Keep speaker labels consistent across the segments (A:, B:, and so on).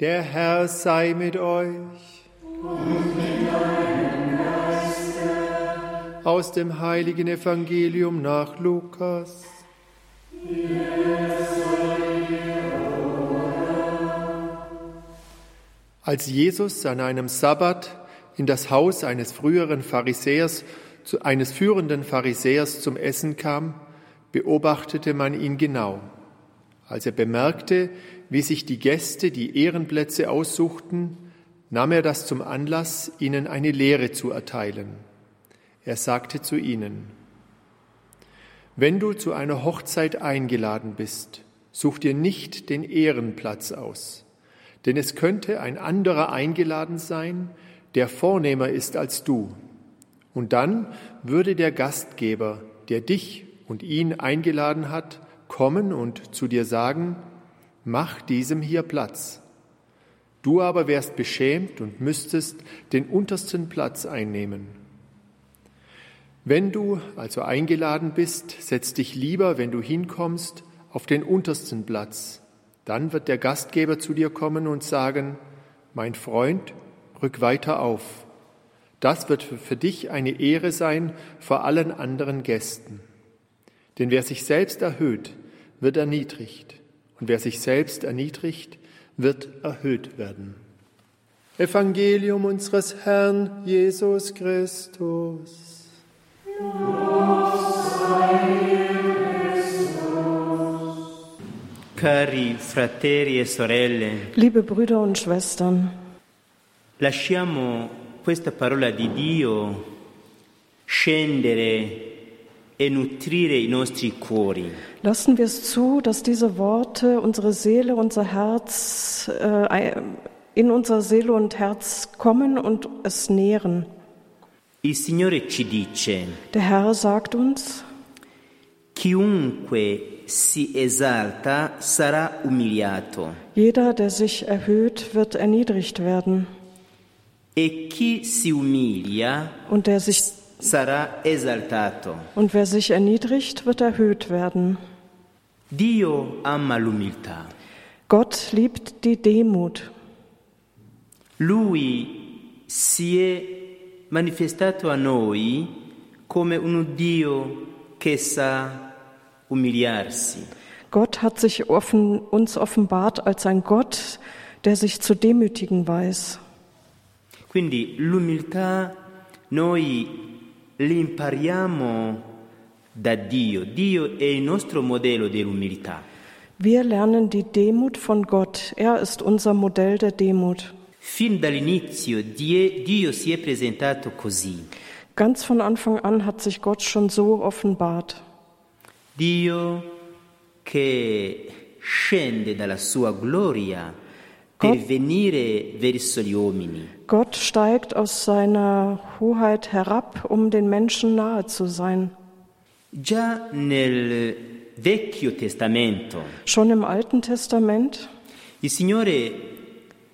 A: Der Herr sei mit euch.
B: Und mit eurem Geiste.
A: Aus dem heiligen Evangelium nach Lukas. Als Jesus an einem Sabbat in das Haus eines früheren Pharisäers, eines führenden Pharisäers zum Essen kam, beobachtete man ihn genau. Als er bemerkte, wie sich die Gäste die Ehrenplätze aussuchten, nahm er das zum Anlass, ihnen eine Lehre zu erteilen. Er sagte zu ihnen, Wenn du zu einer Hochzeit eingeladen bist, such dir nicht den Ehrenplatz aus, denn es könnte ein anderer eingeladen sein, der vornehmer ist als du. Und dann würde der Gastgeber, der dich und ihn eingeladen hat, kommen und zu dir sagen, mach diesem hier Platz. Du aber wärst beschämt und müsstest den untersten Platz einnehmen. Wenn du also eingeladen bist, setz dich lieber, wenn du hinkommst, auf den untersten Platz. Dann wird der Gastgeber zu dir kommen und sagen, mein Freund, rück weiter auf. Das wird für dich eine Ehre sein vor allen anderen Gästen. Denn wer sich selbst erhöht, wird erniedrigt. Und wer sich selbst erniedrigt, wird erhöht werden. Evangelium unseres Herrn Jesus Christus.
C: Cari fratelli e sorelle,
D: liebe Brüder und Schwestern,
C: lasciamo questa parola di Dio scendere e nutrire i nostri cuori.
D: Lassen wir es zu, dass diese Worte unsere Seele, unser Herz, äh, in unser Seele und Herz kommen und es nähren.
C: Il Signore ci dice,
D: Der Herr sagt uns,
C: chiunque si esalta sarà umiliato.
D: Jeder, der sich erhöht, wird erniedrigt werden.
C: E chi si umilia
D: und der sich
C: sarà esaltato.
D: Und wer sich erniedrigt, wird erhöht werden.
C: Dio ama l'umiltà.
D: Gott liebt die Demut.
C: Lui si è manifestato a noi come un Dio che sa umiliarsi.
D: Gott hat sich offen, uns offenbart als ein Gott, der sich zu demütigen weiß.
C: Quindi l'umiltà noi l'impariamo da Dio. Dio è il nostro modello dell'umiltà.
D: Wir lernen die Demut von Gott. Er ist unser Modell der Demut.
C: Fin dall'inizio die, Dio si è presentato così.
D: Ganz von Anfang an hat sich Gott schon so offenbart.
C: Dio che scende dalla sua gloria Gott, per venire verso gli uomini.
D: Gott steigt aus seiner Hoheit herab, um den Menschen nahe zu sein.
C: Già nel Vecchio Testamento.
D: Schon im Alten Testament.
C: Il Signore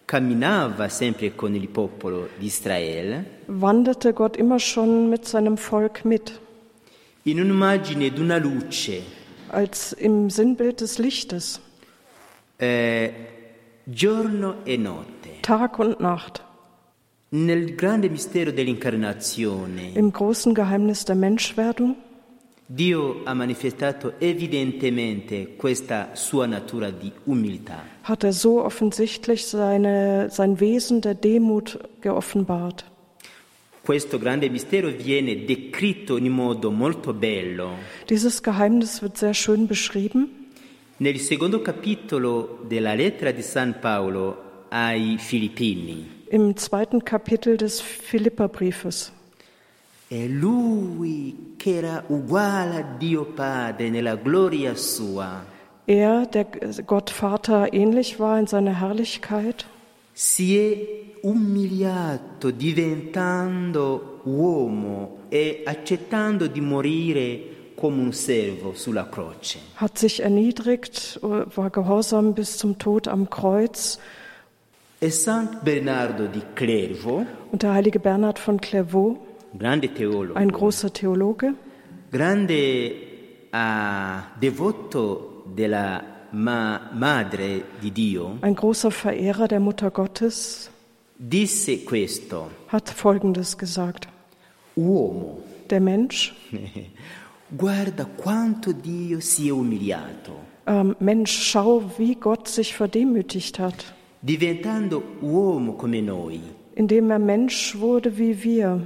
C: camminava sempre con il popolo di Israele.
D: Wanderte Gott immer schon mit seinem Volk mit.
C: In un'immagine d'una luce.
D: Als im Sinnbild des Lichtes.
C: Eh, giorno e notte.
D: Tag und Nacht.
C: Nel grande mistero dell'incarnazione.
D: Im großen Geheimnis der Menschwerdung.
C: Dio ha manifestato evidentemente questa sua natura di umiltà.
D: Hat er so offensichtlich seine, sein Wesen der Demut geoffenbart.
C: Questo grande mistero viene descritto in modo molto bello.
D: Dieses Geheimnis wird sehr schön beschrieben.
C: Nel secondo capitolo della lettera di San Paolo ai Filippini.
D: im zweiten Kapitel des Philipperbriefes.
C: È lui che era uguale a Dio Padre nella gloria sua.
D: Er, der Gott Vater ähnlich war in seiner Herrlichkeit,
C: si è umiliato diventando uomo e accettando di morire come un servo sulla croce.
D: Hat sich erniedrigt, war gehorsam bis zum Tod am Kreuz.
C: E San Bernardo di Clairvaux,
D: und der heilige Bernhard von Clairvaux,
C: Theologe,
D: ein großer Theologe,
C: grande uh, ah, devoto della ma- madre di Dio,
D: ein großer Verehrer der Mutter Gottes,
C: disse questo,
D: hat Folgendes gesagt.
C: uomo,
D: Der Mensch,
C: guarda quanto Dio si è umiliato,
D: ähm, Mensch, schau, wie Gott sich verdemütigt hat,
C: diventando uomo come noi.
D: indem er Mensch wurde wie wir.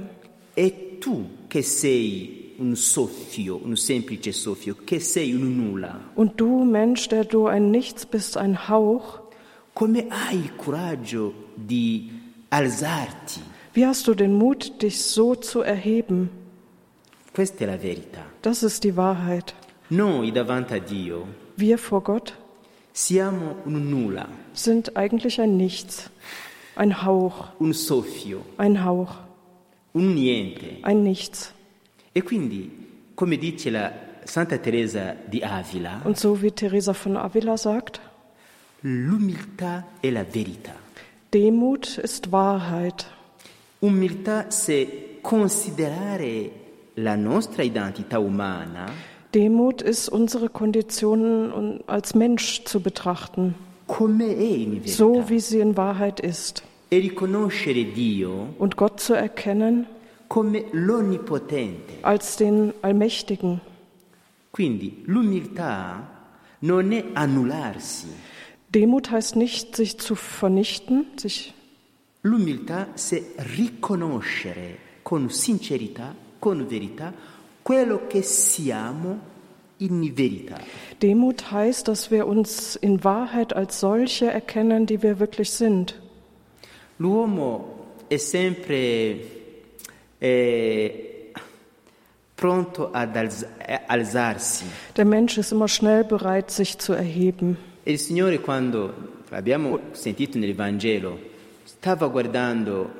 C: E tu che sei un soffio, un semplice soffio, che sei un nulla,
D: Und du, Mensch, der du ein Nichts bist, ein Hauch,
C: come hai il coraggio di alzarti?
D: wie hast du den Mut, dich so zu erheben?
C: Questa è la verità.
D: Das ist die Wahrheit.
C: Noi davanti a Dio
D: Wir vor Gott
C: siamo un nulla,
D: sind eigentlich ein Nichts, ein Hauch,
C: un soffio,
D: ein Hauch,
C: un niente.
D: ein Nichts.
C: E quindi, come dice la Santa Teresa di Avila,
D: Und so wie Teresa von Avila sagt,
C: l'umiltà è la verità.
D: Demut ist Wahrheit.
C: Umiltà se considerare la nostra identità umana
D: Demut ist unsere Konditionen und als Mensch zu betrachten,
C: come è in verità
D: so wie sie in Wahrheit ist,
C: e riconoscere Dio
D: und Gott zu erkennen
C: come l'onnipotente.
D: als den Allmächtigen.
C: Quindi l'umiltà non è annullarsi,
D: Demut heißt nicht, sich zu vernichten, sich,
C: l'umiltà se riconoscere con sincerità, con verità, quello che siamo in verità.
D: Demut heißt, dass wir uns in Wahrheit als solche erkennen, die wir wirklich sind.
C: L'uomo è sempre eh, pronto ad alz- eh, alzarsi
D: Der Mensch ist immer schnell bereit, sich zu erheben.
C: e il Signore quando, l'abbiamo sentito nel Vangelo, stava guardando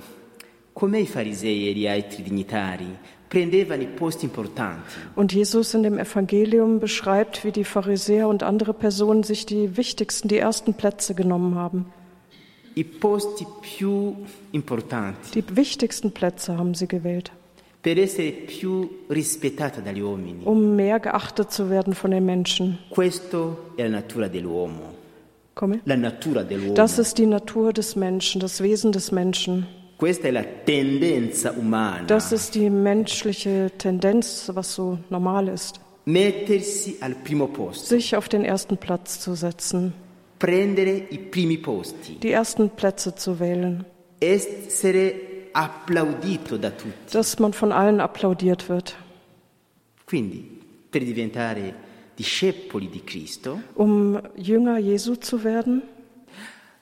C: come i farisei e gli altri dignitari prendevano i posti importanti.
D: Und Jesus in dem Evangelium beschreibt, wie die Pharisäer und andere Personen sich die wichtigsten, die ersten Plätze genommen haben.
C: I posti più importanti
D: Die wichtigsten Plätze haben sie gewählt,
C: per essere più rispettata dagli uomini.
D: um mehr geachtet zu werden von den Menschen.
C: Questa è la natura dell'uomo.
D: Komme.
C: La natura dell'uomo.
D: Das ist die Natur des Menschen, das Wesen des Menschen.
C: Questa è la tendenza umana,
D: Das ist die menschliche Tendenz, was so normal ist,
C: mettersi al primo posto,
D: sich auf den ersten Platz zu setzen,
C: prendere i primi posti,
D: die ersten Plätze zu wählen,
C: essere applaudito da tutti.
D: dass man von allen applaudiert wird,
C: Quindi, per diventare discepoli di Cristo,
D: um Jünger Jesu zu werden.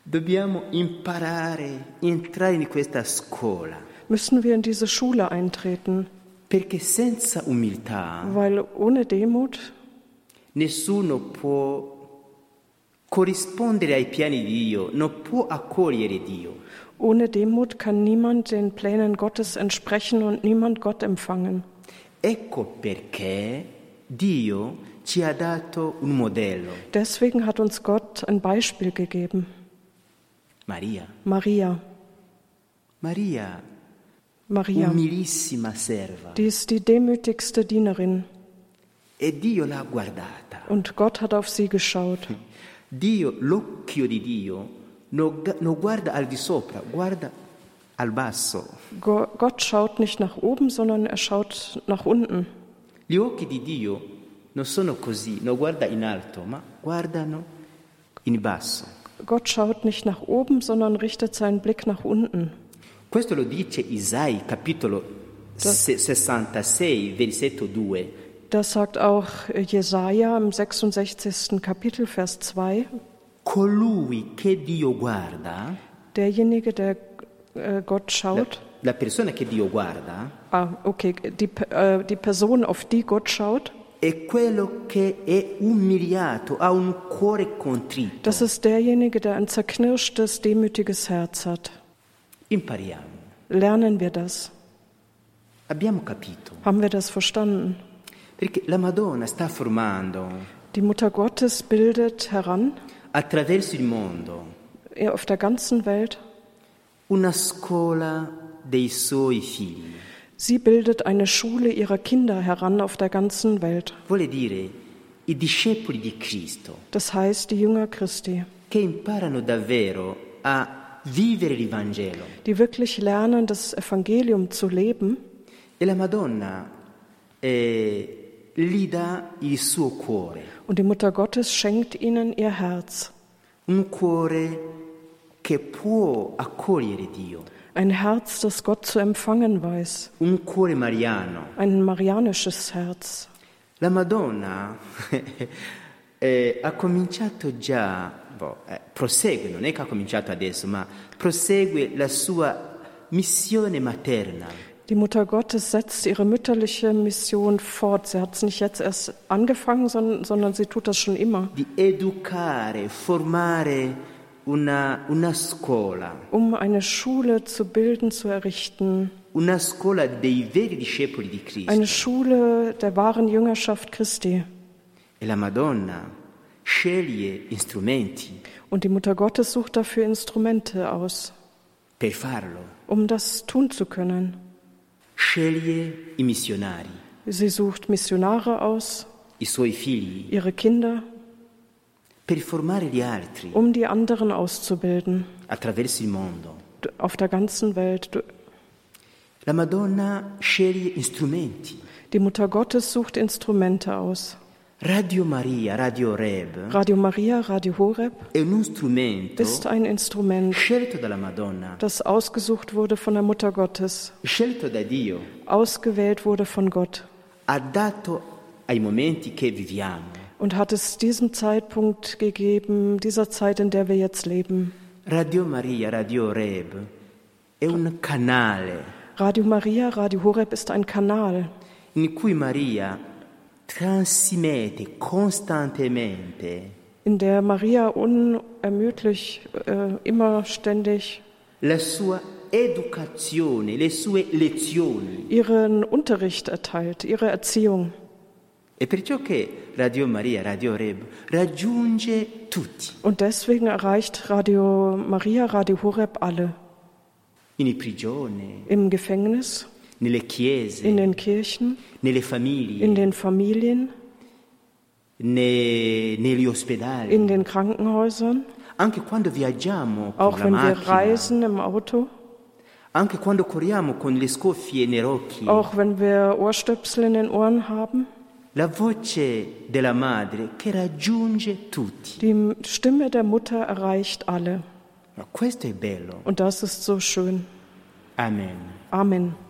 C: dobbiamo imparare, entrare in questa scuola,
D: müssen wir in diese Schule eintreten,
C: perché senza umiltà
D: weil ohne Demut
C: nessuno può corrispondere ai piani di Dio, non può accogliere Dio.
D: ohne Demut kann niemand den Plänen Gottes entsprechen und niemand Gott empfangen.
C: Ecco perché Dio ci ha dato un modello,
D: Deswegen hat uns Gott ein Beispiel gegeben,
C: Maria.
D: Maria,
C: Maria,
D: Maria,
C: umilissima serva.
D: die ist die demütigste Dienerin
C: E Dio l'ha guardata.
D: und Gott hat auf sie geschaut.
C: Dio, l'occhio di Dio, non gu- non guarda al di sopra, guarda al basso.
D: Go Gott schaut nicht nach oben, sondern er schaut nach unten.
C: Gli occhi di Dio non sono così, non guarda in alto, ma guardano in basso.
D: Gott schaut nicht nach oben, sondern richtet seinen Blick nach unten.
C: Questo lo dice Isai, capitolo se- 66, versetto 2.
D: Das sagt auch Jesaja im 66. Kapitel, Vers 2.
C: Colui che Dio guarda,
D: Derjenige, der äh, Gott schaut,
C: la persona che Dio guarda,
D: ah, okay, die, P- äh, die Person, auf die Gott schaut,
C: è quello che è umiliato, ha un cuore contrito.
D: das ist derjenige, der ein zerknirschtes, demütiges Herz hat.
C: Impariamo.
D: Lernen wir das?
C: Abbiamo capito.
D: Haben wir das verstanden?
C: Perché la Madonna sta formando
D: Die Mutter Gottes bildet heran,
C: attraverso il mondo
D: eh, auf der ganzen Welt,
C: una scuola dei suoi figli.
D: sie bildet eine Schule ihrer Kinder heran auf der ganzen Welt.
C: Vuole dire i discepoli di Cristo
D: das heißt die Jünger Christi,
C: che imparano davvero a vivere il Vangelo.
D: die wirklich lernen, das Evangelium zu leben.
C: E la Madonna eh, gli dà il suo cuore,
D: Und die Mutter Gottes schenkt ihnen ihr Herz,
C: un cuore che può accogliere Dio,
D: ein Herz, das Gott zu empfangen weiß,
C: un cuore mariano.
D: ein marianisches Herz.
C: La Madonna eh, ha cominciato già, boh, eh, prosegue, non è che ha cominciato adesso, ma prosegue la sua missione materna.
D: Die Mutter Gottes setzt ihre mütterliche Mission fort. Sie hat es nicht jetzt erst angefangen, sondern, sondern sie tut das schon immer,
C: di educare, formare una, una scuola,
D: um eine Schule zu bilden, zu errichten.
C: una scuola dei veri discepoli di Cristo.
D: Eine Schule der wahren Jüngerschaft Christi.
C: E la Madonna sceglie strumenti
D: Und die Mutter Gottes sucht dafür Instrumente aus,
C: per farlo,
D: um das tun zu können.
C: sceglie i missionari,
D: Sie sucht Missionare aus,
C: i suoi figli,
D: ihre Kinder,
C: per formare gli altri
D: um die anderen auszubilden
C: attraverso il mondo.
D: d- auf der ganzen Welt. D-
C: La Madonna sceglie strumenti.
D: Die Mutter Gottes sucht Instrumente aus.
C: Radio Maria, Radio Reb
D: Radio Maria, Radio Horeb
C: è uno strumento
D: ist ein Instrument,
C: scelto dalla Madonna,
D: das ausgesucht wurde von der Mutter Gottes,
C: scelto da Dio.
D: ausgewählt wurde von Gott
C: ha dato ai momenti che viviamo.
D: und hat es diesem Zeitpunkt gegeben, dieser Zeit, in der wir jetzt leben.
C: Radio Maria, Radio Reb è un canale
D: Radio Maria, Radio Horeb ist ein Kanal,
C: in cui Maria trasmette costantemente
D: in der Maria unermüdlich, äh, immer ständig
C: la sua educazione, le sue lezioni.
D: ihren Unterricht erteilt, ihre Erziehung.
C: È perciò che Radio Maria, Radio Reb raggiunge tutti,
D: Und deswegen erreicht Radio Maria, Radio Horeb alle.
C: in prigione,
D: Im Gefängnis,
C: nelle chiese,
D: in den Kirchen,
C: nelle
D: in
C: famiglie,
D: den Familien,
C: ne- negli ospedali,
D: in den Krankenhäusern,
C: anche quando viaggiamo con
D: auch
C: la
D: wenn wir
C: macchina.
D: reisen im Auto,
C: Anche quando corriamo con le scoffie nei rocchi,
D: auch wenn wir Ohrstöpsel in den Ohren haben.
C: la voce della madre che raggiunge tutti.
D: Die Stimme der Mutter erreicht alle.
C: Ma questo è bello.
D: Und das ist so schön.
C: Amen.
D: Amen.